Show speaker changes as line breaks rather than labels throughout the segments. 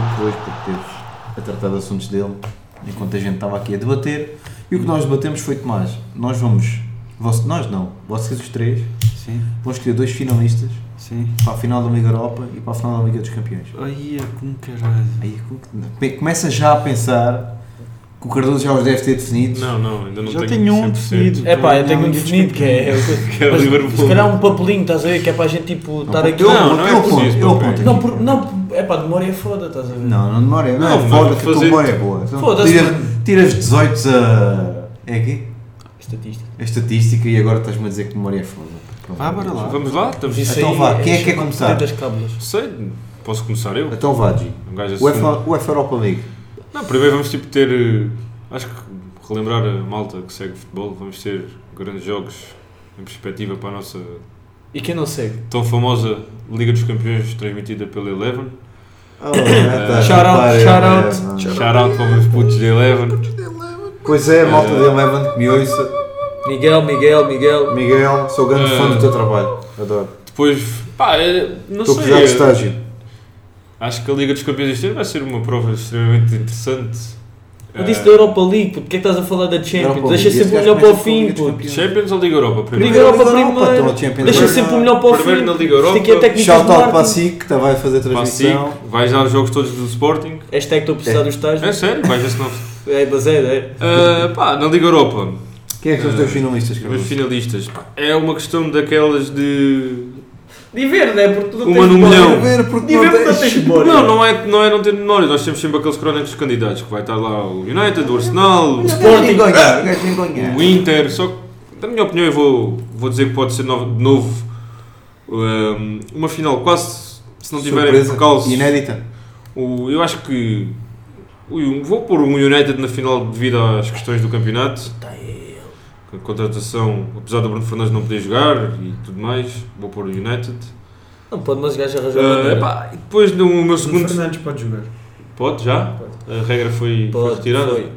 que teve a tratar de assuntos dele, enquanto a gente estava aqui a debater. E o que nós debatemos foi, Tomás, nós vamos, voc- nós não, vocês os três,
Sim,
vão escolher dois finalistas
sim.
para a final da Liga Europa e para a final da Liga dos Campeões.
Ai, é com caralho.
Aí pe- começa já a pensar que o Cardoso já os deve ter definido.
Não, não, ainda não
Já
tenho
tenho um
100%.
definido.
É pá, eu tenho
Não,
um
não,
definido que é.
Que é o
mas,
Liverpool.
Se calhar um papelinho, estás a ver? Que é para a gente tipo estar aqui.
eu,
Não,
aponto,
não é
eu aponto,
preciso,
eu
papai.
aponto.
Não, porque, não, é pá, demora é foda, estás a ver?
Não, não demora, não,
Não,
é
mas
foda, que a tua
fazer-
memória é boa. Então,
Foda-se,
tira-
mano.
Tiras 18 a. É aqui?
Estatística.
A estatística e agora estás-me a dizer que memória é foda. Pronto.
Vá, Ah, bora lá.
Vamos lá, estamos.
Isso
Então
aí
vá, quem é que quer
encher
começar?
dentro das cábulas.
Sei, posso começar eu?
Então vá, G.
Um gajo assume.
UEFA UEFA Europa League.
Não, primeiro vamos tipo ter. eh, Acho que relembrar a malta que segue futebol, vamos ter grandes jogos em perspectiva para a nossa
E quem não segue?
tão famosa Liga dos Campeões transmitida pela Eleven.
Oh, já está,
Shout out,
repara,
shout
é,
out.
mano.
Shout out para os meus putos da Eleven.
Pois é, malta de Eleven que me ouça.
Miguel, Miguel, Miguel.
Miguel, sou grande
É.
fã do teu trabalho. Adoro.
Depois, pá, eh, não
Estou a precisar de
sei. eh,
estágio.
Acho que a Liga dos Campeões este ano vai ser uma prova extremamente interessante.
Eu
Eh,
disse da Europa League, puto. Porquê é que estás a falar da Champions?
Europa
Deixa
League.
sempre o
Este
melhor
gajo
para o
começa com
fim,
Liga dos
puto.
Campeões.
Champions ou Liga Europa?
Liga
Primeiro.
Europa
Liga Europa, então,
primeiro.
Champions
Deixa
League.
sempre o melhor para o
Primeiro
fim.
na Liga Europa.
Isto aqui é técnicas
Shout
de
out para a
marketing.
SIC, que também vai fazer a
Para a SIC,
transmissão.
vais aos jogos todos do Sporting.
Esta é que estou a precisar dos estágios.
É sério, vais a esse novo.
É, mas é, é.
Eh, pá, na Liga Europa,
Quem é que são os teus
Eh,
finalistas,
os meus
Carlos?
finalistas. Pá, é uma questão daquelas de.
De ver, né? Porque tu não
Uma
tens
no
bola.
milhão.
ver, porque
E
não
vê porque não
tens-
tens memória.
Não, não é, não é não ter memória, nós temos sempre aqueles crónicos candidatos que vai estar lá o United, o Arsenal, o Sport,
Sporting.
ganhar, o gajo nem ganhar.
o Inter, só que, na minha opinião, eu vou, vou dizer que pode ser no- de novo um, uma final quase, se não tiverem
Surpresa é
percalços.
Inédita.
O- Eu acho que. o- Vou pôr o United na final devido às questões do campeonato.
Tá
A contratação, apesar do Bruno Fernandes não poder jogar e tudo mais, vou pôr o United.
Não é pode, mas o gajo arranjou.
Ah,
maneira.
epá, e depois no meu
O
segundo.
Fernandes pode jogar.
Pode já? A regra foi, foi
Pode,
retirada?
foi.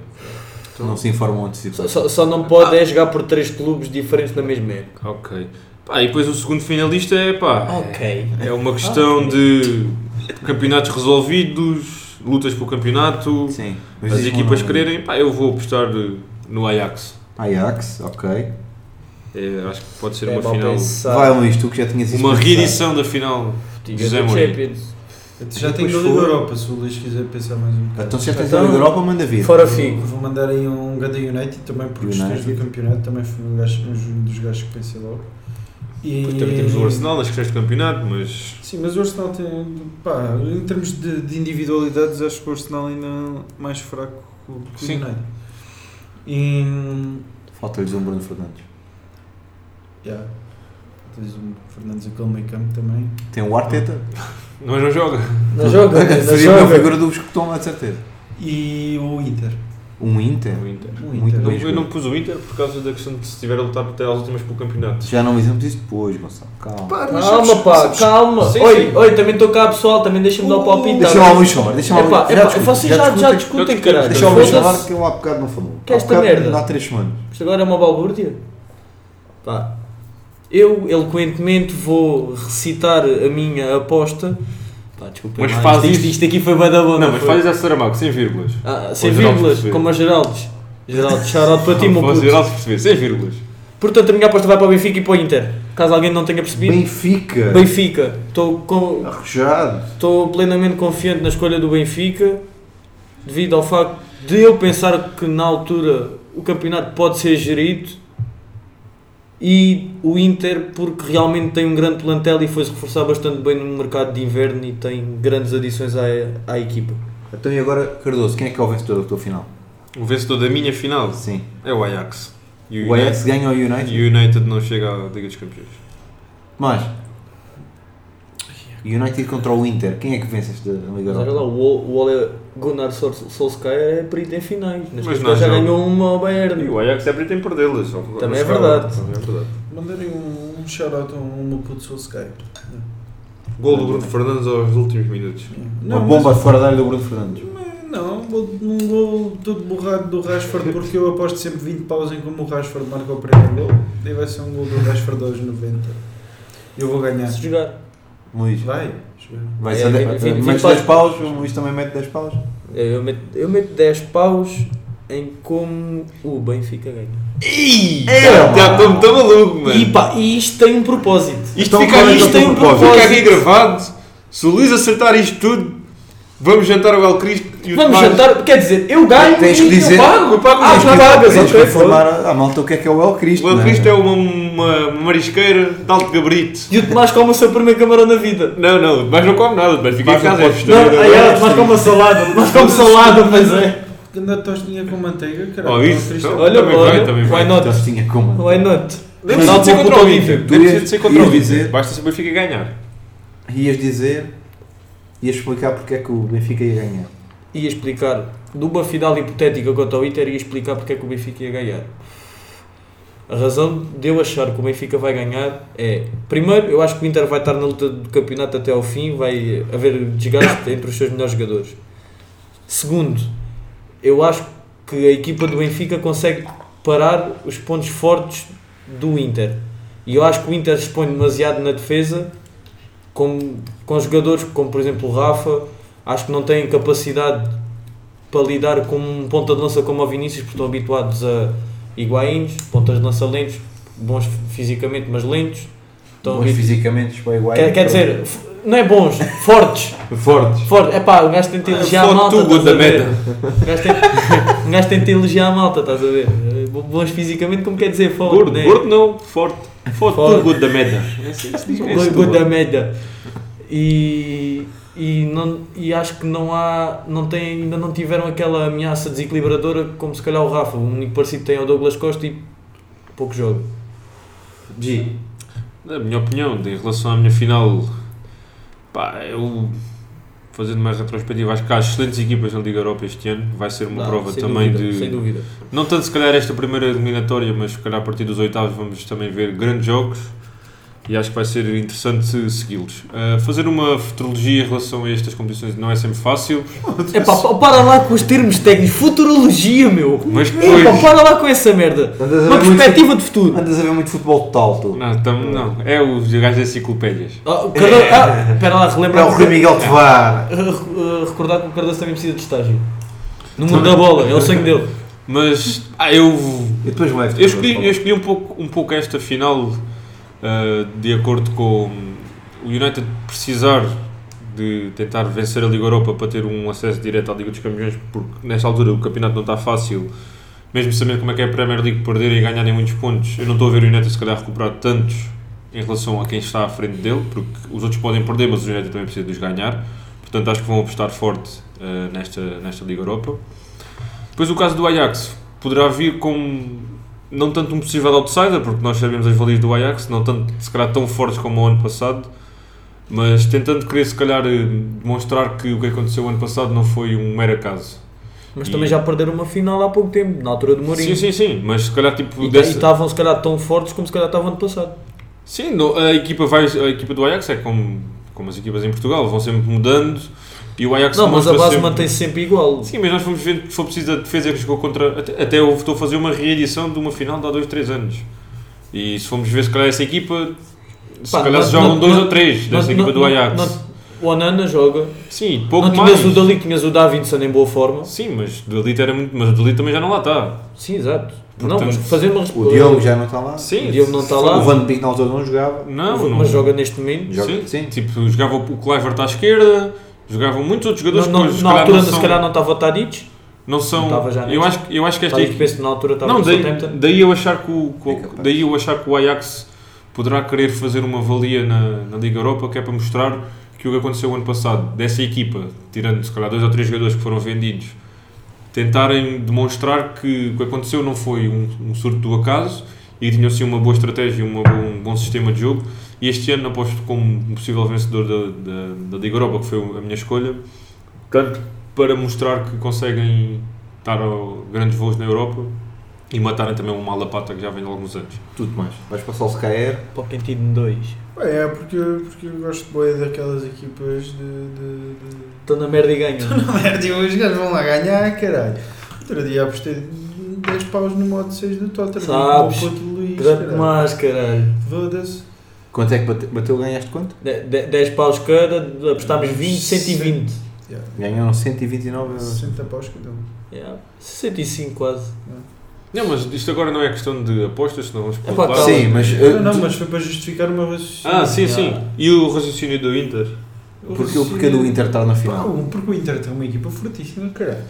Então.
Não se informam antes
Só- Só, só não
Ah.
pode é jogar por três clubes diferentes na mesma época.
Ok. Pá, e depois o segundo finalista é pá.
Ok.
É uma questão de campeonatos resolvidos, lutas pelo campeonato,
Sim.
as equipas quererem. Pá, eu vou apostar eh, no Ajax.
Ajax, ok.
É, acho que pode ser
É
uma
mal
final.
pensado.
Vai, Luís, tu que já tinhas
Uma
pensado.
reedição da final.
Diga
José
do
Mourinho.
Champions.
Já
Depois
tenho da
foi.
Liga Europa, se o Luís quiser pensar mais um bocado.
Então se já tens a
Então,
Liga Europa, manda vir.
Fora
Vou-
Figo.
Vou mandar aí um ganda United também por questões do
United.
campeonato, também foi um, gajo- um dos gajos que pensei logo. E
Depois também temos o Arsenal nas questões de é campeonato, mas.
Sim, mas o Arsenal tem. Pá, em termos de, de individualidades, acho que o Arsenal ainda é mais fraco que o que o
Sim.
United. E.
Falta-lhes um Bruno Fernandes.
Yeah. Tens o Fernandes aquele meio campo também.
Tem o Arteta.
Mas não é joga.
Não joga, não
Seria uma
joga.
figura do Escutão, de certeza.
E o Inter.
Um Inter.
O Inter.
O
Muito
Inter.
Não,
bem.
eu não pus o Inter por causa da questão de se tiver a lutar até às últimas pelo campeonato.
Já não fizemos isso depois, Gonçalo. Calma.
Pá, mas
Calma,
sabes-
pá,
sabes-
calma.
Sim,
Oi,
sim.
oi, também estou cá, pessoal. Também deixa-me dar o palpite. tá?
Deixa lá o Luís falar. Deixa lá o
Epá,
Luís- já
epá,
discutem,
vocês já, já discutem,
discutem.
caralho.
Deixa o Luís
Foda-se.
falar que ele há bocado não falou.
Que é
Há
esta
bocado,
merda.
Há três semanas.
Isto agora é uma balbúrdia? Pá. Eu, eloquentemente, vou recitar a minha aposta. Pá, desculpa.
Mas
lá,
faz
isto,
isso.
isto, isto aqui foi bem da boa.
Não, mas
foi?
faz a Saramago, sem vírgulas.
Ah, sem
Ou Geraldo
vírgulas,
perceber.
como a Geraldes. Geraldes, shout para ti, meu
Posso
puto.
geral se perceber, sem vírgulas.
Portanto, a minha aposta vai para o Benfica e para o Inter. Caso alguém não tenha percebido.
Benfica.
Benfica. Estou com-
Arrojado.
estou plenamente confiante na escolha do Benfica, devido ao facto de eu pensar que na altura o campeonato pode ser gerido e o Inter porque realmente tem um grande plantel e foi-se reforçar bastante bem no mercado de inverno e tem grandes adições à, à equipa.
Então e agora, Cardoso, quem é que é o vencedor da tua final?
O vencedor da minha final
Sim.
é o Ajax. E
O Ajax ganha ao United?
E o United não chega à Liga dos Campeões.
Mas. United contra o Inter. Quem é que vence esta Liga
Mas olha lá,
Europa?
o, Ole- o Ole Gunnar Sol- Solskjaer é perito em finais,
Mas
mas
nós
já
não.
ganhou uma ao
E
Bayern.
o Ajax é perito em perdê-las. ao- ao
Também é
Mascara.
verdade.
Também é verdade.
Mandarem um, um shout-out a um meu puto Solskjaer.
Gol do Bruno Fernandes aos últimos minutos.
Uma
mas-
bomba fora da área do Bruno Fernandes.
Não, vou- um gol todo borrado do Rashford, porque eu aposto sempre 20 paus em como o Rashford marca o primeiro gol. Daí vai ser um gol do Rashford aos 90. Eu vou ganhar.
Se jogar.
Luís.
Vai, jogar.
Vai
É,
ser
vinte-
dez-
vinte-
mete
vinte
10 paus, o Luís também mete 10 paus.
Eu meto, eu meto 10 paus em como o Benfica ganha.
Ih!
É,
Já
pá.
estou-me tão tá, maluco, mano.
E pá, e isto tem um propósito.
Isto
Então,
fica,
qual é que
aqui-
é
isto
o
tem
teu
um
propósito?
fica aqui gravado. Se o Luís acertar isto tudo, vamos jantar ao El Cristo e o
Vamos
Tomás.
jantar, quer dizer, eu ganho
Tens
e
que dizer-
eu pago. Eu pago
Tens
ah, tu
que-
pagas,
tens que
ok.
informar à malta o que é que é o El Cristo.
O El
não
Cristo é uma, uma marisqueira de alto gabarito.
E o Tomás come o seu primeiro camarão na vida.
Não, não, mas não come nada, mas fica em
Mas não
casa. é
podes-
Não,
vegetariano
aí
agora.
ela, Tomás come uma salada. Tomás come salada, pois é.
Ainda tostinha com manteiga, caralho.
Oh, isso,
Triste.
então,
Olha,
também
olha,
vai, também vai.
why not?
Então, tinha como.
Why not?
Deve
Mas
ser de ser contra
não, vou
o
para o
Inter.
Inter.
Deve ser de ser contra
Ias
o Inter.
dizer-
Basta saber fica ganhar.
Ias dizer, ias explicar porque é que o Benfica ia ganhar.
Ia explicar, de uma final hipotética quanto ao Inter, ia explicar porque é que o Benfica ia ganhar. A razão de eu achar que o Benfica vai ganhar é, primeiro, eu acho que o Inter vai estar na luta do campeonato até ao fim, vai haver desgaste entre os seus melhores jogadores. Segundo, eu acho que a equipa do Benfica consegue parar os pontos fortes do Inter. E eu acho que o Inter se expõe demasiado na defesa com, com jogadores como, por exemplo, o Rafa. Acho que não têm capacidade para lidar com um ponta de lança como o Vinícius, porque estão habituados a Higuaíns, pontas de lança lentos, bons fisicamente, mas lentos. Estão
Mas
habitu-
fisicamente foi igual.
Então, quer, quer dizer, f- não é bons, fortes.
Fortes.
Forte, é pá, o gajo tenta elogiar a malta.
Forte
Estás a
Ah, da
ver?
meta.
O Um gajo tenta- o gajo tenta elogiar a malta, estás a ver? Bons fisicamente, como quer dizer, forte.
Gordo,
né?
gordo não, forte. Forte,
Forte.
tudo gordo da meta. É assim que se diz, é isso,
Gordo
tudo.
da média. E, e, não, e acho que não há, não tem, ainda não tiveram aquela ameaça desequilibradora como se calhar o Rafa. O único parecido que tem é o Douglas Costa e pouco jogo. G.
Na minha opinião, em relação à minha final, pá, eu fazendo mais retrospectiva, acho que há excelentes equipas na Liga Europa este ano. Vai ser uma
Não,
prova
sem
também
dúvida,
de.
Sem dúvida.
Não tanto se calhar esta primeira eliminatória, mas se calhar a partir dos oitavos vamos também ver grandes jogos e acho que vai ser interessante segui-los. Ah, fazer uma futurologia em relação a estas competições não é sempre fácil,
É pá, para lá com os termos técnicos. Futurologia, meu.
mas
É pá,
depois.
para lá com essa merda.
Andas a
Uma
ver é muito,
perspectiva de futuro.
andas a ver muito futebol total, tu.
Não, tam- não, é os gajos das enciclopédias.
Ah, o Cardoso- ah, espera lá, relembra
É o Rui Miguel Tovar.
Eh, Recordar que o Cardoso também precisa de estágio. No mundo da bola, é o sangue dele.
Mas ah, eu
E depois o Everton.
Eu escolhi, eu escolhi um, pouco, um pouco esta final ah, de acordo com o United precisar de tentar vencer a Liga Europa para ter um acesso direto à Liga dos Campeões, porque nesta altura o campeonato não está fácil, mesmo sabendo como é que é a Premier League, perderem e ganharem muitos pontos. Eu não estou a ver o United se calhar recuperar tantos em relação a quem está à frente dele, porque os outros podem perder, mas o United também precisa de os ganhar. Portanto, acho que vão apostar forte ah, nesta, nesta Liga Europa. Depois o caso do Ajax poderá vir com não tanto um possível outsider, porque nós sabemos as valias do Ajax, não tanto, se calhar tão fortes como o ano passado, mas tentando querer se calhar eh, demonstrar que o que aconteceu o ano passado não foi um mero acaso.
Mas
E-
também já perderam uma final há pouco tempo, na altura do
Sim,
Mourinho.
sim, sim, mas se calhar tipo
E- tá- E
dessa-
estavam se calhar tão fortes como se calhar estavam ano passado.
Sim, no- a, equipa vai, a equipa do Ajax é como, como as equipas em Portugal, vão sempre mudando e o Ajax
não, mas a
demonstra
base
sempre-
mantém-se sempre igual.
Sim, mas nós fomos ver que foi preciso a defesa que jogou contra. Até, até eu estou a fazer uma reedição de uma final de há 2, 3 anos. E se formos ver, se calhar, essa equipa. Se
Pá,
calhar
não-
se jogam
não-
2
não-
ou 3 dessa
Não-
equipa
não-
do Ajax.
não- o Anana joga.
Sim, pouco
não tinhas
mais.
o Dali, tinhas o Davidson em boa forma.
Sim, mas o Dalito era muito. Mas o Dalito também já não lá está.
Sim, exato.
Portanto,
não, mas fazer uma
O Diogo já não está lá.
Sim.
O Diogo não está
O
lá.
Van de Beek na altura não jogava.
Não, não.
Mas joga neste momento.
Joga-
Sim,
sim.
Tipo, jogava o Clivert à esquerda, jogavam muitos outros jogadores
Não- não-
que hoje, se
na
calhar,
altura,
não
se
são.
calhar, não estava o Tadic.
não são-
não estava já
eu,
nesta.
acho, que- eu acho que esta
Tadic,
equipa.
penso que na altura estava
Não,
no
daí,
Southampton.
daí eu achar que o, que o-
É capaz.
daí eu achar que o Ajax poderá querer fazer uma valia na, na Liga Europa, que é para mostrar que o que aconteceu o ano passado, dessa equipa, tirando se calhar dois ou três jogadores que foram vendidos, tentarem demonstrar que o que aconteceu não foi um, um surto do acaso e tinham sim uma boa estratégia, uma bo- um bom sistema de jogo. E este ano aposto como um possível vencedor da, da, da Liga Europa, que foi a minha escolha, tanto para mostrar que conseguem estar a grandes voos na Europa e matarem também uma alapata que já vem de alguns anos.
Tudo mais. Vais para o Solskjaer.
Para o Quentino 2.
Pá, é, porque, porque eu gosto bem daquelas equipas de. de, de...
Estão na merda e ganham.
Merda, e os gajos vão lá ganhar, caralho. Outro dia apostei 10 paus no modo 6 do Tottenham.
Sabes,
Com o puto Luís,
Grande
caralho.
mais, caralho.
Foda-se.
Quanto é que bateu? bateu ganhaste quanto?
De- de- 10 paus cada, apostámos 20, 120.
Yeah.
Ganharam 129 euros.
60 paus cada um.
Yeah. 65 quase.
Não, mas isto agora não é questão de apostas, senão vamos para
Epá,
outro lado.
Sim, mas,
Não,
eh,
não,
tu-
mas foi para justificar o meu raciocínio.
Ah, sim, sim.
Yeah.
E o raciocínio do Inter?
Porque o porquê do Inter estar na final?
Pá, porque o Inter tem uma equipa fortíssima, caralho.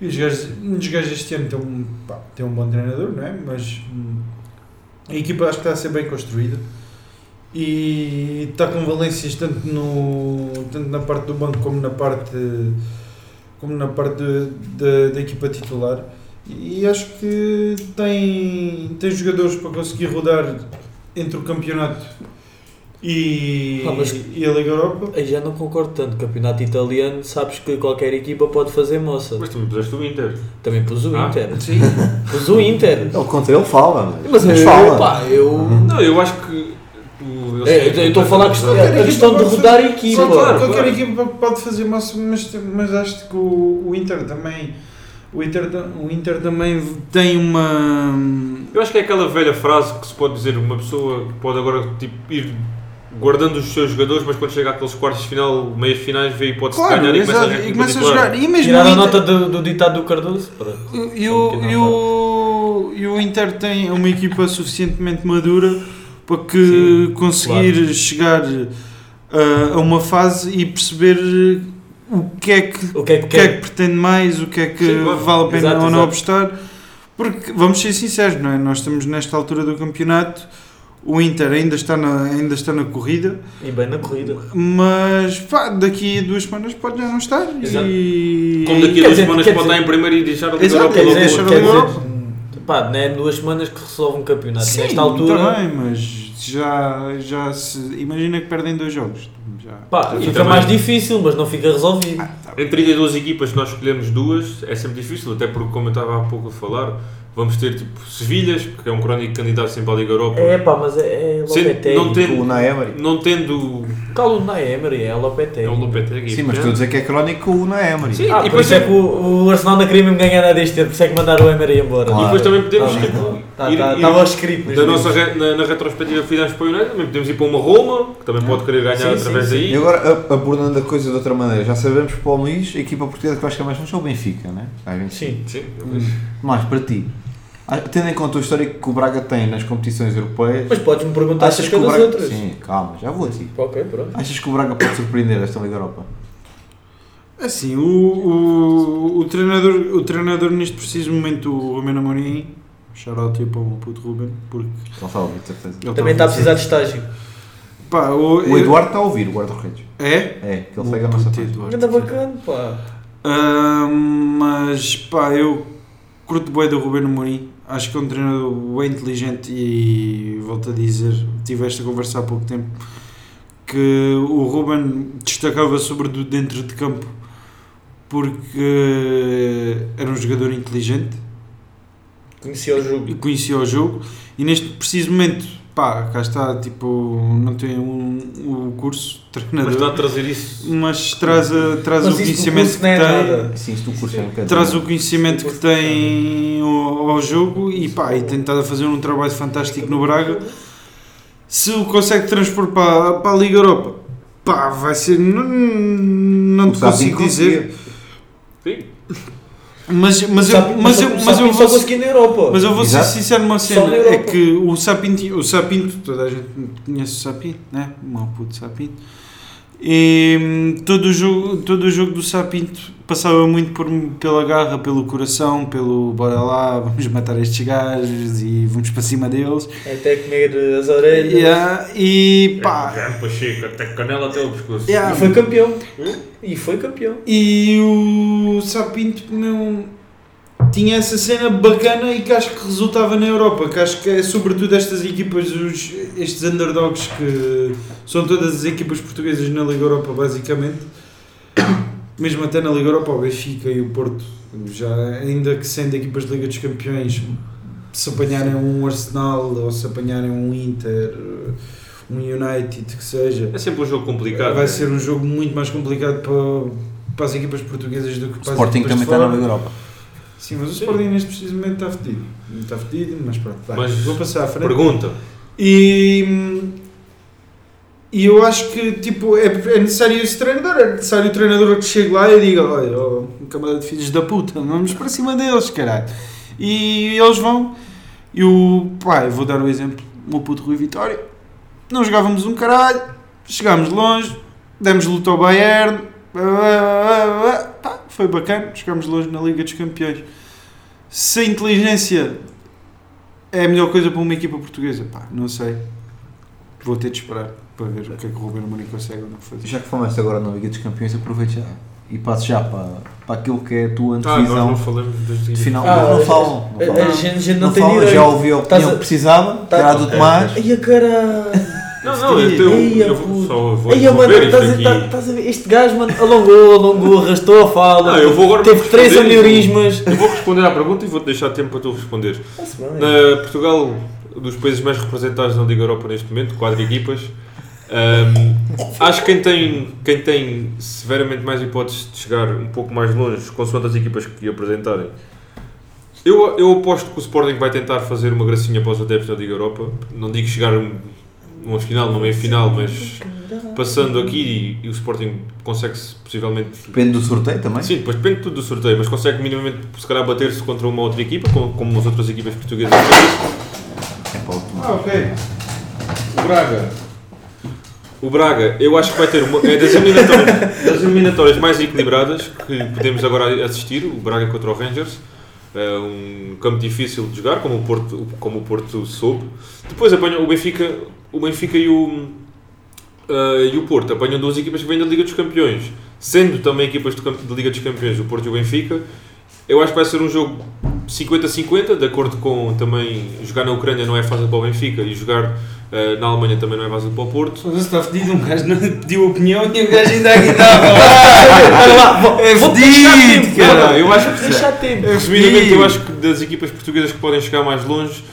E os gajos, um dos gajos este ano tem um, pá, tem um bom treinador, não é? Mas hum, a equipa acho que está a ser bem construída. E está com valências tanto, no, tanto na parte do banco como na parte, como na parte de- da- da equipa titular. E acho que tem, tem jogadores para conseguir rodar entre o campeonato e,
Ah, mas-
e a Liga Europa.
Aí já não concordo tanto. Campeonato italiano, sabes que qualquer equipa pode fazer moça.
Mas também puseste o Inter.
Também pus o
Ah.
Inter.
Sim.
Pus o Inter.
Ele contra ele fala,
Mas é, eu,
fala.
pá, eu.
Não, eu acho que. o- eu
É,
sei-
eu estou a falar que isto- é-
Qualquer
a questão de
equipa
rodar a
pode fazer-
equipa.
Sim, claro,
claro.
qualquer equipa pode fazer massa, mas, mas acho que o, o Inter também. O Inter, ta- o Inter também tem uma.
Eu acho que é aquela velha frase que se pode dizer, uma pessoa pode agora tipo, ir guardando os seus jogadores, mas quando chega àqueles quartos de final, meias finais, vê e pode-se ganhar e começa a,
exato,
ganhar
e começa a
titular.
jogar. E mesmo
Tirar
o
a
Inter-
nota do, do ditado do Cardoso. Pronto.
E o, e, o, e o Inter tem uma equipa suficientemente madura para que conseguir chegar ah, a uma fase e perceber o que é que,
O que é que
o que é
quer?
que pretende mais, o que é que
Sim, claro.
vale a pena
Exato,
ou não
exato.
apostar. Porque vamos ser sinceros, não é? Nós estamos nesta altura do campeonato, o Inter ainda está na, ainda está na corrida,
E bem na corrida.
mas pá, daqui a duas semanas pode já não estar.
Exato.
E...
Como daqui
Quer
a duas
dizer,
semanas
quer
pode
dizer-
estar em primeiro e deixar a Liga
Exato,
Europa
quer
quer
logo
dizer,
dizer,
outra.
quer
Liga
dizer-
Europa.
Pá, não é em duas semanas que resolve um campeonato.
Sim,
Nesta altura.
tá bem, mas já, já se. Imagina que perdem dois jogos. Já.
Pá,
E
fica
também-
mais difícil, mas não fica resolvido.
Entre 32 equipas, nós escolhemos duas, é sempre difícil, até porque, como eu estava há pouco a falar, vamos ter tipo Sevilhas, que é um crónico candidato sempre à Liga Europa.
É pá, mas é, é
Sim,
Lopetegui.
não tem-
O Unai Emery.
Não tendo.
Calo na Emery, é Lopetegui.
É o
Sim,
Lopetegui.
mas estou a
portanto.
dizer que é crónico o Unai Emery.
Sim.
Ah,
E
por
depois
isso é
tem-
que o, o Arsenal não queria mesmo ganhar nada este ano, por isso é que mandaram o Emery embora.
Claro.
E depois também podemos.
Tá bem.
tipo,
Tá,
ir-
tá,
ir-
estava escrito.
Da
mesmo.
nossa, re- na, na retrospectiva que fizemos para o United, também podemos ir para uma Roma, que também pode querer ganhar
Sim,
através
sim,
E
daí.
agora, a- abordando a coisa de outra maneira, já sabemos que para o Luís, a equipa portuguesa que vai chegar mais longe é o Benfica, né? Vai vencer.
Sim.
Sim, eu
Hum.
vejo.
Mas para ti, ah, tendo em conta o histórico que o Braga tem nas competições europeias,
Mas podes-me perguntar se
o
acerca das
Braga.
outras.
Sim, calma, já vou assim.
Ok, pronto.
Achas que o Braga pode surpreender esta Liga Europa?
Assim, o, o, o treinador, o treinador neste preciso momento, o Romano Amorim, shout out aí para o puto Ruben, porque
Não está a ouvir, de certeza.
ele
Também está a
fazer-
precisar de estágio.
Pá, o,
O Eduardo está a ouvir, o Eduardo Redes.
É?
É, que ele
O
segue a nossa
puto
parte.
Eduardo.
Ainda bacana, pá.
Ah, mas pá, eu curto bem do Ruben Amorim. Acho que é um treinador bem inteligente e volto a dizer, tive esta conversa há pouco tempo que o Ruben destacava sobretudo dentro de campo porque era um jogador inteligente
Conhecia o
e
jogo.
conhecia o jogo e neste preciso momento pá, cá está, tipo, não tem um, o curso de
Mas tá- dá
treinador
a trazer isso.
mas traz, a- traz
Mas
o
isso do
conhecimento
curso
que
não é
tem
nada.
Sim, se tu curtes um bocadinho.
traz o conhecimento que tem ao, ao jogo e pá, e tem estado a fazer um trabalho fantástico no Braga. Se o consegue transpor para, para a Liga Europa, pá, vai ser. Não, não
O
te
Sapinho
consigo dizer,
Sim.
mas, mas, eu, mas, eu, mas, eu
só
vou,
consegui na Europa.
mas eu vou ser
Exato.
sincero numa
Só
cena:
na
é
Europa.
que o Sapinto, o Sapinto, toda a gente conhece o Sapinto, né? O meu puto Sapinto. E hum, todo o, jogo, todo o jogo do Sapinto passava muito por, pela garra, pelo coração, pelo bora lá, vamos matar estes gajos e vamos para cima deles.
É até comer as orelhas.
Yeah, e pá,
É, Pacheco, até canela até o pescoço.
yeah.
E foi campeão. E foi campeão.
E o Sapinto não um- tinha essa cena bacana e que acho que resultava na Europa, que acho que é sobretudo estas equipas, os, estes underdogs que são todas as equipas portuguesas na Liga Europa basicamente, mesmo até na Liga Europa, o Benfica e o Porto, já, ainda que sendo equipas de Liga dos Campeões, se apanharem um Arsenal ou se apanharem um Inter, um United, que seja,
É sempre um jogo complicado.
Vai ser um jogo muito mais complicado para, para as equipas portuguesas do que
O
para
Sporting
as equipas
também
de
está na
fora.
Liga Europa.
Sim, mas o
Sim.
Sporting neste preciso momento está fedido. Não Está fedido, mas pronto. vai.
Mas
vou passar à frente.
Pergunta.
E hum, E eu acho que tipo, é, é necessário esse treinador, é necessário o treinador que chegue lá e diga, olha, oh, camada de filhos da puta, vamos para cima deles, caralho. E eles vão, eu, pá, eu vou dar o exemplo, o meu puto Rui Vitória, não jogávamos um caralho, chegámos longe, demos luta ao Bayern, ah, ah, ah, ah, pá, foi bacana, chegámos longe na Liga dos Campeões. Se a inteligência é a melhor coisa para uma equipa portuguesa, pá, não sei. Vou ter de esperar para ver o que é que o Ruben Amorim consegue ou não fazer.
Já que falaste agora na Liga dos Campeões, aproveita já e passo já para, para aquilo que é a tua
Ah, nós
antevisão
não falamos
de
das
final.
Ah,
não, não
é-
falam, não
A, a
falam.
gente, a gente não,
Não,
tem
falam,
direito.
já é ouvi a
Estás
opinião
a-
que precisava,
Tá-
que era a do Tomás.
Ai, a caralho.
Não, não, eu tenho. um-
Ei, a
Eu vou,
puta.
só vou
Aí, mano,
ver isto
estás a,
aqui.
tá- estás a ver? Este gajo, mano, alongou, alongou, arrastou a fala.
Não, eu vou agora
teve três
responder.
aneurismas.
Eu vou responder à pergunta e vou-te deixar tempo para tu responderes.
Está-se bem.
Na Portugal, dos países mais representados na Liga Europa neste momento, quatro equipas. Ahm, acho que quem tem, quem tem severamente mais hipóteses de chegar um pouco mais longe, consoante as equipas que apresentarem. Eu, eu aposto que o Sporting vai tentar fazer uma gracinha para os adeptos da Liga Europa. Não digo chegar a um- numa final, numa meia-final, mas passando aqui e, e o Sporting consegue-se possivelmente
Depende do sorteio também.
Sim, depois depende tudo do sorteio, mas consegue minimamente, se calhar, bater-se contra uma outra equipa, como, como as outras equipas portuguesas fez.
É para o Tomás.
Ah, ok.
O Braga. O Braga, eu acho que vai ter uma. É das eliminatórias, das eliminatórias mais equilibradas que podemos agora assistir, o Braga contra o Rangers. É um campo difícil de jogar, como o Porto, como o Porto soube. Depois apanham o Benfica, o Benfica e o, eh, e o Porto. Apanham duas equipas que vêm da Liga dos Campeões. Sendo também equipas do campo- da Liga dos Campeões, o Porto e o Benfica. Eu acho que vai ser um jogo 50-50, de acordo com também jogar na Ucrânia não é fácil para o Benfica e jogar eh, na Alemanha também não é fácil para o Porto.
Mas está fedido, um gajo não pediu opinião e o gajo ainda aqui dava.
Olha lá, vou-
É
vou-te deixar
fedido,
tempo,
Não,
mano.
não, eu acho que
Deixar tempo.
Resumidamente, eu acho que das equipas portuguesas que podem chegar mais longe,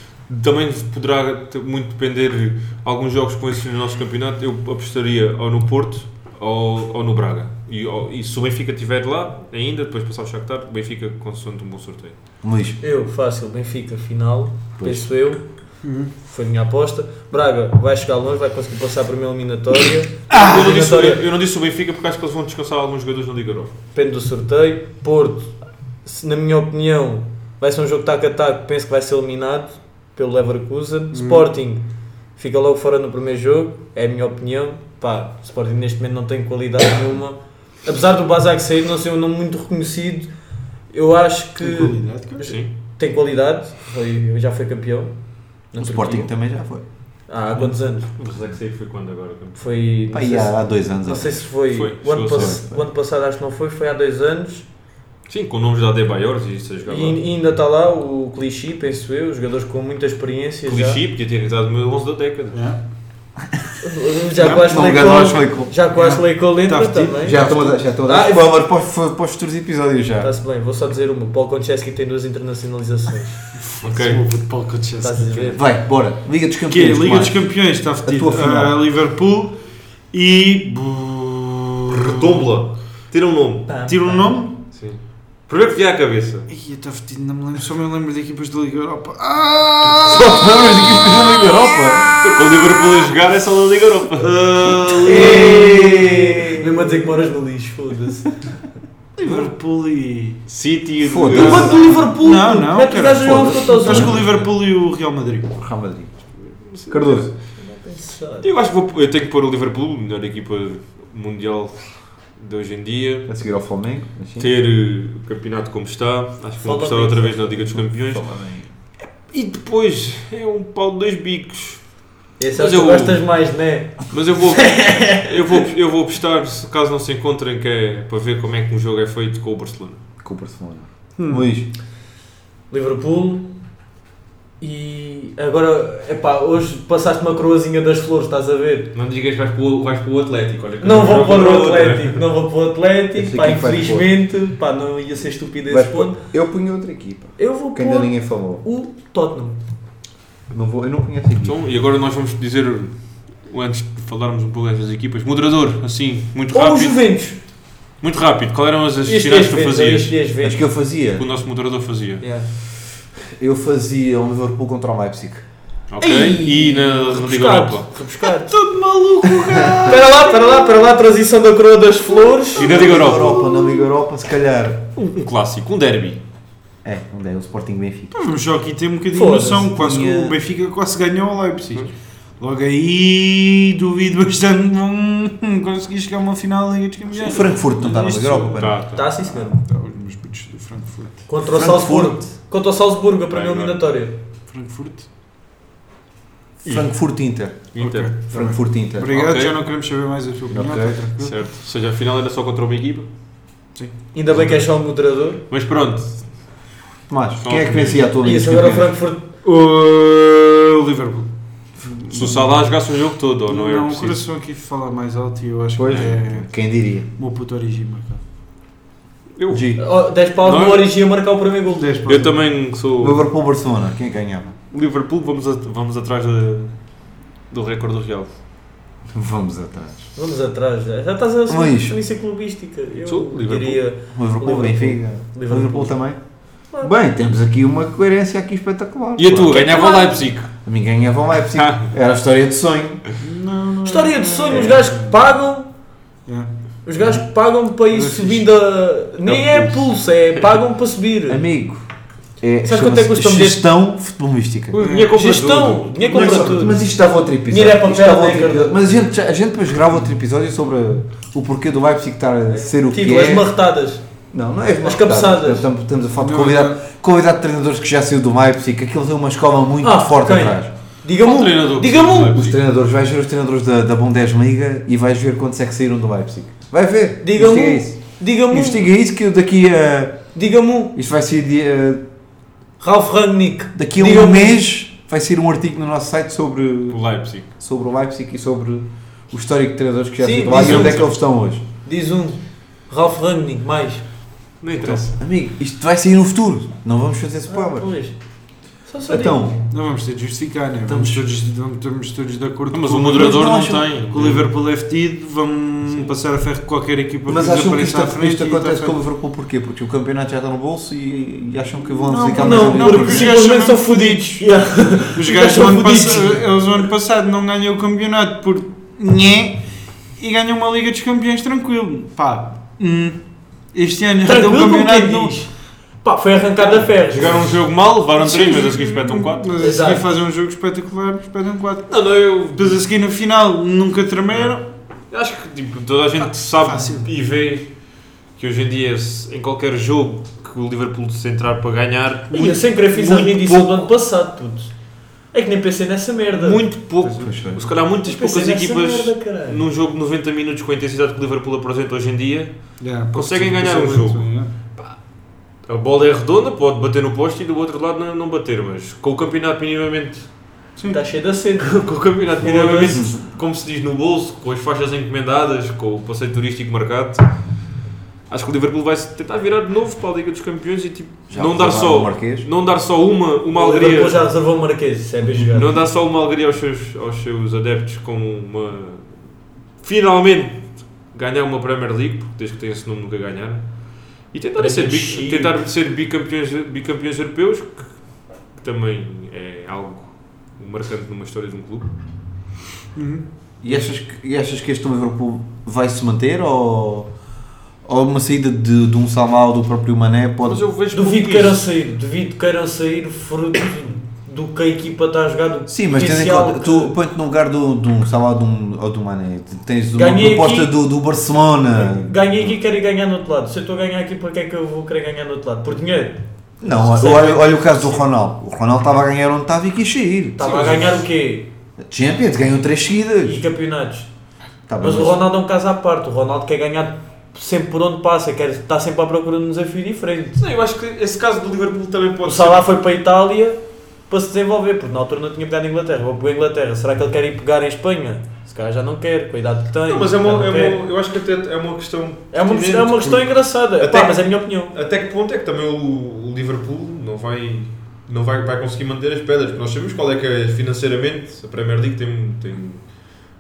também poderá ter- muito depender de alguns jogos com esse no nosso campeonato. Eu apostaria ou no Porto ou, ou no Braga. E, ou- e se o Benfica estiver lá ainda, depois passar o Shakhtar, o Benfica consoante um bom sorteio.
Luís,
Eu, fácil, Benfica, final,
Pois.
penso eu. Foi minha aposta. Braga vai chegar longe, vai conseguir passar para a minha eliminatória.
eu, não disse,
Ah, Eliminatória,
o- eu não disse o Benfica porque acho que eles vão descansar alguns jogadores na Liga Europa.
depende do sorteio. Porto, se, na minha opinião, vai ser um jogo tac a tac, penso que vai ser eliminado pelo Leverkusen.
Hum.
Sporting, fica logo fora no primeiro jogo, é a minha opinião. Pá, Sporting neste momento não tem qualidade nenhuma. Apesar do Basak sair, não ser um nome muito reconhecido, eu acho
е,
que
Sim.
tem qualidade, foi, já foi campeão. na
o
Turquia.
Sporting também já foi.
Há quantos anos?
Mas é que sei foi quando agora.
Foi. Não,
Pá,
sei,
e há, há dois
se,
anos. assim.
não sei se foi.
Foi,
o, ano
chegou a
pass-
ser.
o ano passado acho que não foi, foi há dois anos.
Sim, com nomes da Adebayores
É
e isso a
E,
jogar lá.
e ainda está lá o Clichy, penso eu, jogadores com muita experiência. Já,
Clichy podia ter entrado no meu 11 da década.
já quase
Não, não ganhou,
Leicol.
foi com- tipo,
Já quase Leicol entra também.
Já estão a dar- já estão a
Ah,
dar
eu-
spoiler para os- para os futuros episódios já.
Está-se bem, vou só dizer uma. Paulo Konchesky tem duas internacionalizações.
Ok.
Estás a ver?
Vai, bora. Liga dos
Que é,
Campeões.
Liga dos
Tomás.
Campeões está fedido.
tua final.
Ah, Liverpool e.
Redombla. Tira um nome.
Ah,
Tira um nome?
Sim. Primeiro que vier à cabeça.
Ih, está fedido, não me lembro. Só me lembro de equipas da Liga Europa. Ah!
Só te lembras de equipas da Liga Europa?
O Liverpool a jogar é só na Liga Europa. Ah!
Ei! Mesmo a dizer que moras no lixo, foda-se.
Liverpool e.
City e
Foda-se.
Eu bato o Liverpool!
Não, não,
Mete o
cara,
gajo a jogar um
foda-se.
futebol.
Acho que o Liverpool e o Real Madrid.
Real Madrid. Cardoso.
Eu acho que vou, eu tenho que pôr o Liverpool, melhor equipa mundial de hoje em dia.
A seguir ao Flamengo. mas sim.
Ter eh, o campeonato como está. Acho que vão apostar outra vez na Liga dos Campeões. E depois é um pau de dois bicos.
Esse é o
Mas
que
eu-
tu gostas mais, né?
Mas eu vou, eu vou, eu vou apostar, se caso não se encontrem, que é para ver como é que um jogo é feito com o Barcelona.
Com o Barcelona. um Luís.
Liverpool e agora, epá, hoje passaste uma coroazinha das flores, estás a ver?
Não digas que vais para o, vais para o Atlético. Olha, que
Não
eu
vou
jogo
para
para
o
outro.
Atlético, não vou para o
Esse
Atlético, pá,
aqui vai pôr.
infelizmente, pá, não ia ser estupidez
Vai
esse
pôr-
ponto.
Eu punho outra equipa.
Eu vou
Que ainda
pôr
ninguém falou.
o Tottenham.
Não vou, eu não conheço a equipa.
Então, e agora nós vamos dizer, antes de falarmos um pouco destas equipas, moderador, assim, muito
Ou o
rápido.
Juventus.
Muito rápido, qual eram as
Este
atividades que tu
Juventus,
fazias?
este Juventus.
Acho que eu fazia.
Que o nosso moderador fazia.
Yeah.
Eu fazia um Liverpool contra o Leipzig.
Ok?
Ei!
e na Liga
Rebuscado.
Europa.
Rebuscado.
Tá
Todo maluco, cara!
Espera lá, espera lá, espera lá, transição da coroa das flores.
E na Liga Europa.
Na Liga Europa, se calhar.
Um clássico, um derby.
É, onde é? O Sporting Benfica.
Mas vamos só aqui ter um bocadinho de
Foda-se,
noção. Quase que
tinha- Hum.
o Benfica quase ganhou ao Leipzig. Logo aí, duvido bastante que vão conseguir chegar a uma final da Liga dos
O
Campeões.
Frankfurt não está na Liga Europa, pera.
Tá, tá.
Está assim, senhor.
Tá, os meus putos do Frankfurt.
Contra o
Frankfurt.
Salzburgo. Contra o Salzburgo, a primeira
Vai, vai.
eliminatória.
Frankfurt?
E-
Frankfurt Inter.
Inter.
Ok. tá
Frankfurt Inter.
Obrigado,
Ok.
já não queremos saber mais a sua opinião.
Ok.
tá tranquilo.
Certo. Ou seja, afinal era só contra uma equipa.
Ainda bem que é só o moderador.
Mas pronto.
Tomás, quem é que vencia a tua
E
Liga
isso
dos
agora o
Campeões?
Frankfurt.
O Liverpool.
Se o Salah jogasse o jogo todo, ou não era
Não, o
preciso?
coração aqui fala mais alto e eu acho
Pois,
que é
quem diria?
o meu puto origem marcado.
Eu,
G.
Oh, 10 paus
Nós-
no Origi a marcar o primeiro gol.
10
eu também sou
Liverpool-Barcelona, quem ganhava?
Liverpool, vamos, at- vamos atrás da- do recorde do Real.
Vamos atrás.
Vamos atrás, né? já, já estás a ser
Luís.
polícia clubística. Eu
Sou Liverpool.
diria.
Liverpool,
Liverpool.
Benfica.
Liverpool.
Liverpool também. Bem, temos aqui uma coerência aqui espetacular.
E a tua?
Pá.
Ganhava o Leipzig.
A mim ganhava o Leipzig.
Ah.
Era a história de sonho.
Não, não.
História de sonho, os
É.
É,
gajos que pagam.
Yeah.
Os gajos que pagam para ir
Não é fixe.
subindo a.
um
Nem
É o
é pulso, é pagam para subir.
Amigo. É,
Sabes quanto é que
chama-se
custa um bilhete?
Gestão futebolística.
O dinheiro compra
Gestão,
tudo.
dinheiro compra
Mas-
tudo.
Mas isto estava outro episódio.
Dinheiro é papel,
Isto dava
né,
outro episódio.
Cardoso?
Mas a gente, a gente depois grava outro episódio sobre o porquê do Leipzig estar a ser o que
Tipo,
é.
as marretadas.
Não, não é
As
cabeçadas.
cabeçadas.
Estamos, estamos a falar de
Não,
convidado, convidado de treinadores que já saiu do Leipzig, que aquilo tem uma escola muito
Ah,
forte
quem?
atrás.
Diga-me
Qual treinador?
um. Diga-me um.
Os treinadores, vais ver os treinadores da, da Bundesliga e vais ver quantos é que saíram do Leipzig. Vai ver.
Diga-me
Investiga
um.
isso.
Diga-me um.
Investiga isso que eu daqui a.
Diga-me um.
Isto vai ser dia-
Ralf Rangnick.
daqui a um
Diga-me-
mês vai sair um artigo no nosso site sobre,
O Leipzig.
sobre o Leipzig e sobre o histórico de treinadores que já
Sim,
saíram do Leipzig e
diz-me.
onde é que eles estão hoje.
Diz um. Ralf Rangnick, mais.
Não interessa.
Amigo, isto vai sair no futuro. Não vamos fazer spoiler.
Ah, Pois. Só só digo.
então,
Não vamos ter de justificar, né? Estamos todos, estamos todos de acordo
Mas
com
o moderador não
Mas não
tem.
Com o Liverpool é fedido, vamos passar a ferro com qualquer equipa
mas
que nos
acham que
apareça
isto,
à
é-
frente.
isto
e está
acontece com o
feito.
Liverpool porquê? Porque o campeonato já está no bolso e, e acham que vão
Não,
dedicar mais
Não,
a-
não,
porque
porque os
simplesmente
gajos
são
são
fodidos.
Os
Os
gajos
gajos
no ano,
são
passado, eles no ano passado não ganham o campeonato por nhé e ganham uma Liga dos Campeões tranquilo. Pá, hum. este ano
Então,
já deu o
Tranquilo como
é
campeonato.
quem
não-
diz. Pá, foi arrancado a ferros.
Jogaram um jogo mal, levaram 3, mas a seguir espetam 4.
Mas a seguir
Exato.
fazem um jogo espetacular, espetam 4.
Não, não, eu
Depois a seguir na final nunca
Ah,
tremeram.
acho que tipo, toda a gente sabe
fácil.
e vê que hoje em dia, se- em qualquer jogo que o Liverpool se entrar para ganhar,
Ih, eu
muito,
sem querer fiz a
muito
minha edição do ano passado, puto. É que nem pensei nessa merda. é.
muito pouco,
Pois foi.
se calhar muitas
Pensei
poucas
nessa
equipas
merda, caralho.
num jogo de 90 minutos com a intensidade que o Liverpool apresenta hoje em dia,
Já, pá,
Conseguem
tudo
ganhar
isso
um
é
jogo.
muito, né?
a bola é redonda, pode bater no posto e do outro lado não, não bater, mas com o campeonato minimamente,
Sim.
Está Tá cheio de sede.
com o campeonato minimamente, como se diz no bolso, com as faixas encomendadas, com o passeio turístico marcado, acho que o Liverpool vai se tentar virar de novo para a Liga dos Campeões e tipo,
Já
não dar
aprovaram o
só
Marquês.
não dar só uma, uma
O
alegria.
Liverpool já reservou o Marquês, isso é bem jogado.
Não dá só uma alegria aos seus, aos seus adeptos com uma. Finalmente ganhar uma Premier League, porque desde que tem esse nome nunca ganharam. E tentar
Parece
ser, bi,
chique.
tentar ser bicampeões, bicampeões europeus, que, que também é algo marcante numa história de um clube.
Uhum.
E achas, que, e achas que este Liverpool vai se manter ou, ou uma saída de, de um Salah ou do próprio Mané
Mas
pode.
eu vejo
Duvido
pouco
que queiram
isso.
sair, duvido que queiram sair fruto do que a equipa está a jogar. do
Sim, mas tens em
potencial
conta,
que-
tu põe-te no lugar do, de um Salah ou de um- ou do Mané, tens uma
Ganhei
proposta
aqui.
do, do Barcelona.
Ganhei aqui e quero ir ganhar no outro lado. Se eu estou a ganhar aqui, para que é que eu vou querer ganhar no outro lado? Por dinheiro?
Não,
Sim.
olha, olha o caso do Ronaldo. O Ronaldo estava a ganhar onde estava e quis sair.
Estava a ganhar o quê?
Champions, ganhou três
E
seguidas.
campeonatos.
Tá bem,
Mas o Ronaldo é um caso à parte. O Ronaldo quer ganhar sempre por onde passa, quer estar sempre à procura de um desafio diferente.
Não, eu acho que esse caso do Liverpool também
O
pode ser.
Salah foi para a Itália para se desenvolver, porque na altura não tinha pegado a Inglaterra. Vou para a Inglaterra. Será que ele quer ir pegar em Espanha? Se calhar já não quer, com a idade que tem.
Não, mas é
já
uma, é
não quer.
uma- eu acho que até é uma questão.
É uma,
pertinente,
é uma questão
porque-
engraçada.
Até-
Pá, mas é a minha opinião.
Até que ponto é que também o, o Liverpool não vai, não vai, vai conseguir manter as pedras? Porque nós sabemos qual é que é financeiramente. A Premier League tem, tem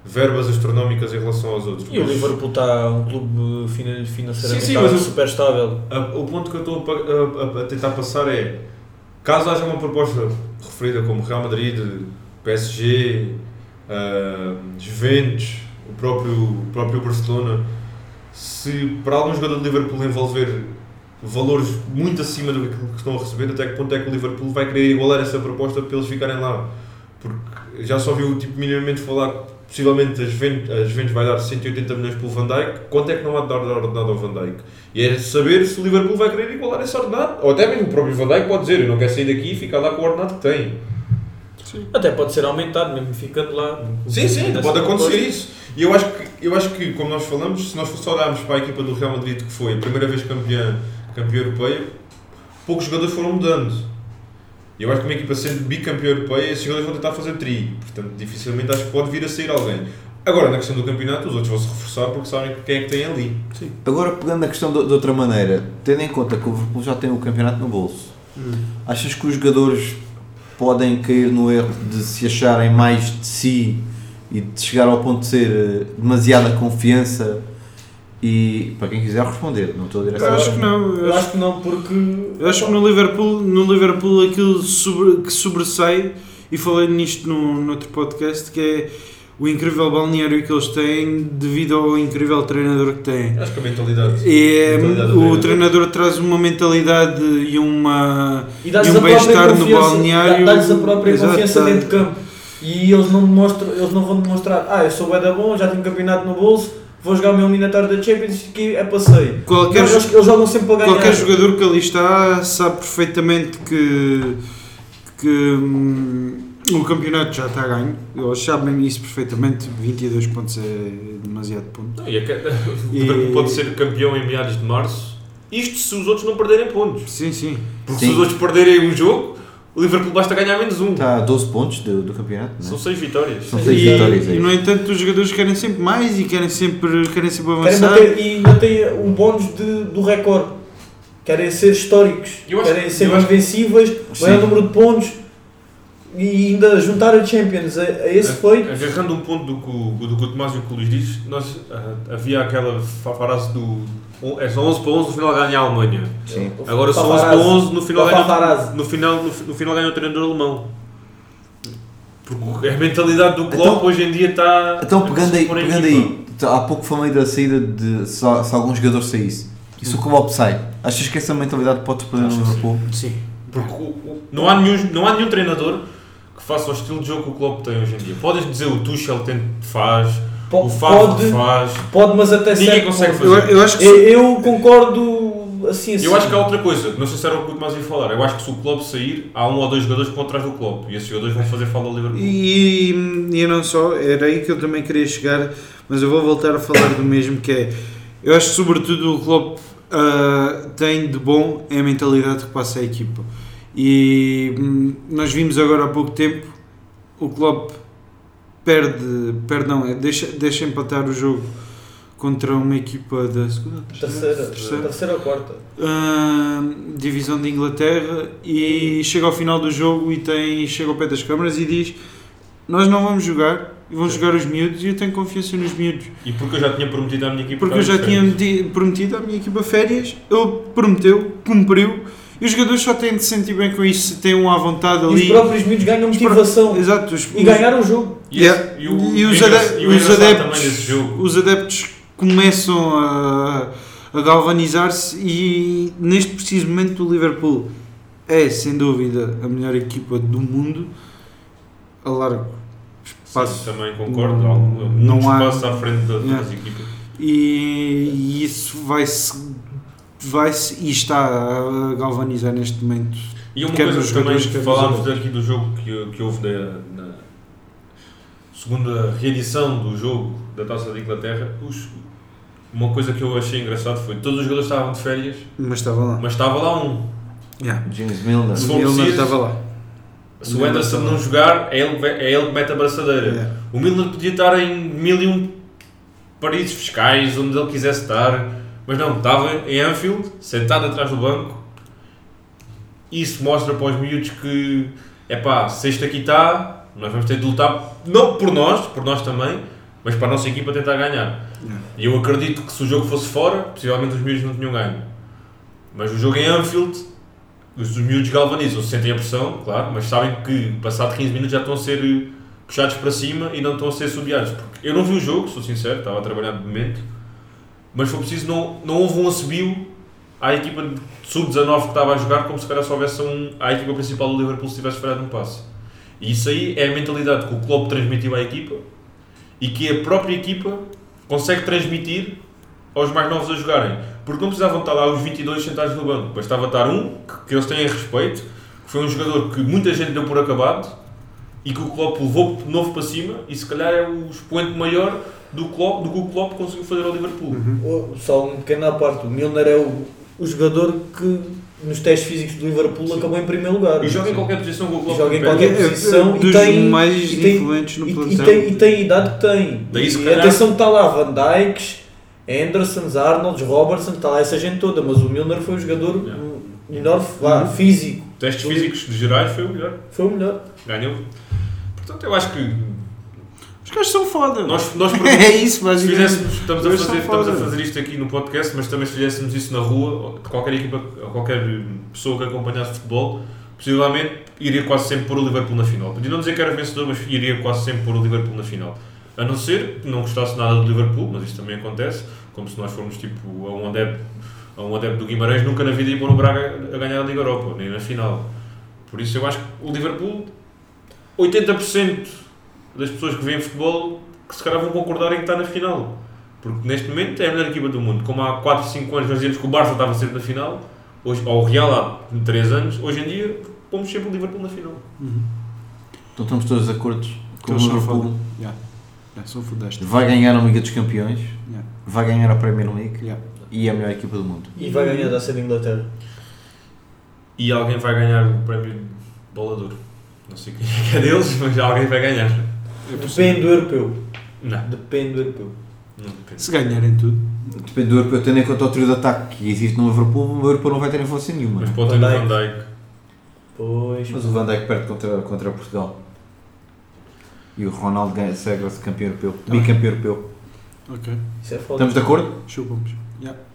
verbas astronómicas em relação aos outros.
E o
mas
Liverpool está um clube finan- financeiramente
Sim, sim,
tá
mas o-
super estável.
a- o ponto que eu estou a, pa- a- a- a tentar passar é: caso haja uma proposta referida como Real Madrid, PSG, ah, Juventus, o próprio, o próprio Barcelona, se para algum jogador do Liverpool envolver valores muito acima do que aquilo que estão a receber, até que ponto é que o Liverpool vai querer igualar essa proposta para eles ficarem lá? Porque já só viu tipo, minimamente falar que possivelmente as Juventus, a Juventus vai dar 180 milhões pelo Van Dijk, quanto é que não há de dar de ordenado ao Van Dijk? E é saber se o Liverpool vai querer igualar esse ordenado, ou até mesmo o próprio Van Dijk pode dizer, eu não quero sair daqui e ficar lá com o ordenado que tem.
Até pode ser aumentado, mesmo ficando lá.
Sim, sim,
Dessa
pode acontecer
proposta.
isso. E eu acho, que, eu acho que, como nós falamos, se nós só darmos para a equipa do Real Madrid, que foi a primeira vez campeã, campeã europeia, poucos jogadores foram mudando. E eu acho que uma equipa sendo bicampeã europeia, esses jogadores vão tentar fazer tri. Portanto, dificilmente acho que pode vir a sair alguém. Agora, na questão do campeonato, os outros vão se reforçar porque sabem quem é que tem ali.
Agora, pegando a questão de, de outra maneira, tendo em conta que o Liverpool já tem o campeonato no bolso,
Hum.
achas que os jogadores podem cair no erro de se acharem mais de si e de chegar ao ponto de ser eh, demasiada confiança? E para quem quiser responder, não estou a assim. direto
Eu acho que não.
Eu acho que não, porque.
Eu acho que no Liverpool, no Liverpool aquilo sobre- que sobressai, e falei nisto num, noutro podcast, que é o incrível balneário que eles têm devido ao incrível treinador que têm.
Ah,
Acho que a mentalidade.
É,
Então,
Mentalidade do
o treinador traz uma mentalidade e uma.
E dá-lhes
E um
a própria
bem-estar no
confiança,
balneário.
dá lhes a própria
Exato,
confiança
dá-
dentro de campo. E eles não, demonstram, eles não vão demonstrar, ah, eu sou bué da bom, já tenho campeonato no bolso, vou jogar o meu eliminatório da Champions que é passeio.
Qualquer,
Mas eles, eles jogam sempre para ganhar.
qualquer jogador que ali está sabe perfeitamente que, que hum, o campeonato já está ganho. Eles sabem isso perfeitamente. 22 pontos é demasiado ponto.
E a ca- o
E-
Liverpool pode ser campeão em meados de março. Isto se os outros não perderem pontos.
Sim, sim.
Porque
Sim. Tá.
se os outros perderem um jogo, o Liverpool basta ganhar menos um.
Está a 12 pontos do, do campeonato, não
São
é?
6 vitórias.
São
E,
seis vitórias aí.
e, no entanto, os jogadores querem sempre mais e querem sempre, querem sempre
Querem
avançar.
bater, e bater o bónus de- do recorde. Querem ser históricos,
Eu acho-
querem ser
eu acho-
invencíveis, ganhar o número de pontos e ainda juntar a Champions. A, a
É.
esse foi.
Agarrando um ponto do que o, do que o Tomás e o que o Luís diz, nós, ah, havia aquela fa- frase do. "On- É só 11 para 11 no final ganha a Alemanha.
é-
Sim.
Agora são 11 para
Paparazzi.
11 no final ganha,
Paparazzi.
no final, no, fi- no final ganha o treinador alemão. Porque é a mentalidade do Klopp
Então-
hoje em dia tá
Ah,
está.
Então, pegando aí,
por
pegando
equipa.
aí t- há pouco falei da saída de se, há- se algum jogador saísse. E se o Klopp sai, achas que essa mentalidade pode surpreender no
Acho que
Liverpool?
Sim. É.
Porque o- o- não, há nenhum, não há nenhum treinador que faça o estilo de jogo que o Klopp tem hoje em dia. Podes dizer o Tuchel tem, faz,
Po-
o Favre
pode,
faz.
pode, mas até
Ninguém
certo
consegue
ponto.
Eu, eu acho que
Eu, eu concordo assim assim.
Eu acho que é há outra coisa, não sei se era o que o Tomás ia falar. Eu acho que se o Klopp sair, há um ou dois jogadores que vão atrás do Klopp e esses jogadores vão fazer falta ao Liverpool.
E, e não só, era aí que eu também queria chegar, mas eu vou voltar a falar do mesmo que é. Eu acho que sobretudo o Klopp ah, tem de bom é a mentalidade que passa a equipa. E hum, nós vimos agora há pouco tempo o Klopp perde, perde não, é, deixa, deixa empatar o jogo contra uma equipa da segunda,
Terceira,
terceira.
terceira ou quarta.
Hum, divisão de Inglaterra e chega ao final do jogo e tem, chega ao pé das câmaras e diz nós não vamos jogar, vão jogar os miúdos e eu tenho confiança nos miúdos.
E porque eu já tinha prometido à minha equipa.
Porque eu já tinha meti- prometido à minha equipa férias, ele prometeu, cumpriu e os jogadores só têm de se sentir bem com isso, se têm um à vontade
E os
ali.
próprios miúdos ganham
Os pró-
motivação
Exato, os-
e ganharam o jogo.
E, esse-
Yeah.
e o,
E
e
os
os
ade-
e o
os
engraçado
adeptos-
também desse jogo.
os adeptos começam a, a galvanizar-se e neste preciso momento o Liverpool é sem dúvida a melhor equipa do mundo a largo
Sim,
espaço
também concordo.
Não-
Há muito
não há-
espaço à frente da- das
Yeah.
equipas.
e, e isso vai-se vai-se e está a galvanizar neste momento
E uma
Quer
coisa
dos
que também
jogadores, quer
que
dos
falámos
adultos.
aqui do jogo que, que houve na, na segunda reedição do jogo da Taça da Inglaterra, os- uma coisa que eu achei engraçado foi todos os jogadores estavam de férias,
mas estava lá
mas estava lá um.
yeah.
James Milner.
Se
O
for
Milner
preciso-
estava lá
Se o Anderson não jogar, é ele, que vai- é ele que mete a braçadeira.
Yeah.
O Milner podia estar em mil e um países fiscais, onde ele quisesse estar, mas não, estava em Anfield, sentado atrás do banco. Isso mostra para os miúdos que, é pá, se este aqui está, nós vamos ter de lutar, não por nós, por nós também, mas para a nossa equipa tentar ganhar.
Yeah.
E eu acredito que se o jogo fosse fora, possivelmente os miúdos não tinham ganho. Mas o jogo em Anfield os, os miúdos galvanizam, sentem a pressão, claro, mas sabem que passado 15 minutos já estão a ser eh, puxados para cima e não estão a ser subiados. Porque eu não vi o jogo, sou sincero, estava a trabalhar de momento, mas foi preciso, não, não houve um assobio à equipa de sub-19 que estava a jogar, como se calhar só houvesse um, à equipa principal do Liverpool se tivesse falhado um passe. E isso aí é a mentalidade que o Klopp transmitiu à equipa e que a própria equipa consegue transmitir aos mais novos a jogarem. Porque não precisavam estar lá os 22 sentados no banco, bastava estar um que, que eles têm respeito, que foi um jogador que muita gente deu por acabado e que o Klopp levou de novo para cima e se calhar é o expoente maior do, Klopp, do que o Klopp conseguiu fazer ao Liverpool.
Oh, Só um pequeno à parte, o Milner é o, o jogador que nos testes físicos do Liverpool acabou em primeiro lugar.
E joga em qualquer posição com o Klopp.
Joga em
pede.
qualquer posição e
dos
tem,
mais
e tem-
influentes no
e, e
plantel.
tem, e tem a idade que tem.
Daí, se
e
calhar-
atenção que está lá Van Dijks, Andersons, Arnolds, Robertson, está lá essa gente toda, mas o Milner foi o jogador
Yeah.
melhor vá,
Uhum.
físico.
Testes físicos de gerais foi o melhor.
Foi o melhor.
Ganhou. Portanto, eu acho que
Os gajos são foda.
nós, nós
é isso,
se
basicamente.
fizéssemos, estamos a,
Eles
fazer,
são foda.
estamos a fazer isto aqui no podcast, mas também se fizéssemos isso na rua, de qualquer equipa, ou qualquer pessoa que acompanhasse futebol, possivelmente iria quase sempre pôr o Liverpool na final. Podia não dizer que era vencedor, mas iria quase sempre pôr o Liverpool na final. A não ser que não gostasse nada do Liverpool, mas isto também acontece, como se nós formos tipo a um adepto, a um adepto do Guimarães, nunca na vida ia pôr o Braga a ganhar a Liga Europa, nem na final. Por isso eu acho que o Liverpool, 80% das pessoas que veem futebol, que se calhar vão concordar em que está na final. Porque neste momento é a melhor equipa do mundo. Como há 4, 5 anos nós dizíamos que o Barça estava sempre na final, hoje, ou o Real há 3 anos, hoje em dia pomos sempre o Liverpool na final.
Então estamos todos de acordo com o
Eles são
Liverpool.
É, são fodeste.
Vai ganhar a Liga dos Campeões,
Yeah.
vai ganhar a Premier League
Yeah.
e é a melhor equipa do mundo.
E
Uhum.
vai ganhar a dança de Inglaterra.
E alguém vai ganhar o prémio de Bola de Ouro. Não sei quem é que é deles, mas alguém vai ganhar.
É
Depende do europeu.
Não,
Depende do europeu.
não depende.
Se ganharem tudo.
Depende do europeu, tendo em conta o trio de ataque que existe no Liverpool, o europeu não vai ter influência nenhuma.
Mas
Mas,
pode ter o
Van
Van Dijk.
Pois.
o Van Dijk perde contra, contra Portugal. E o Ronaldo ganha- segue-se campeão europeu,
bem.
bicampeão europeu.
Ok.
Isso é foda.
Estamos de acordo?
Chupamos. Yeah.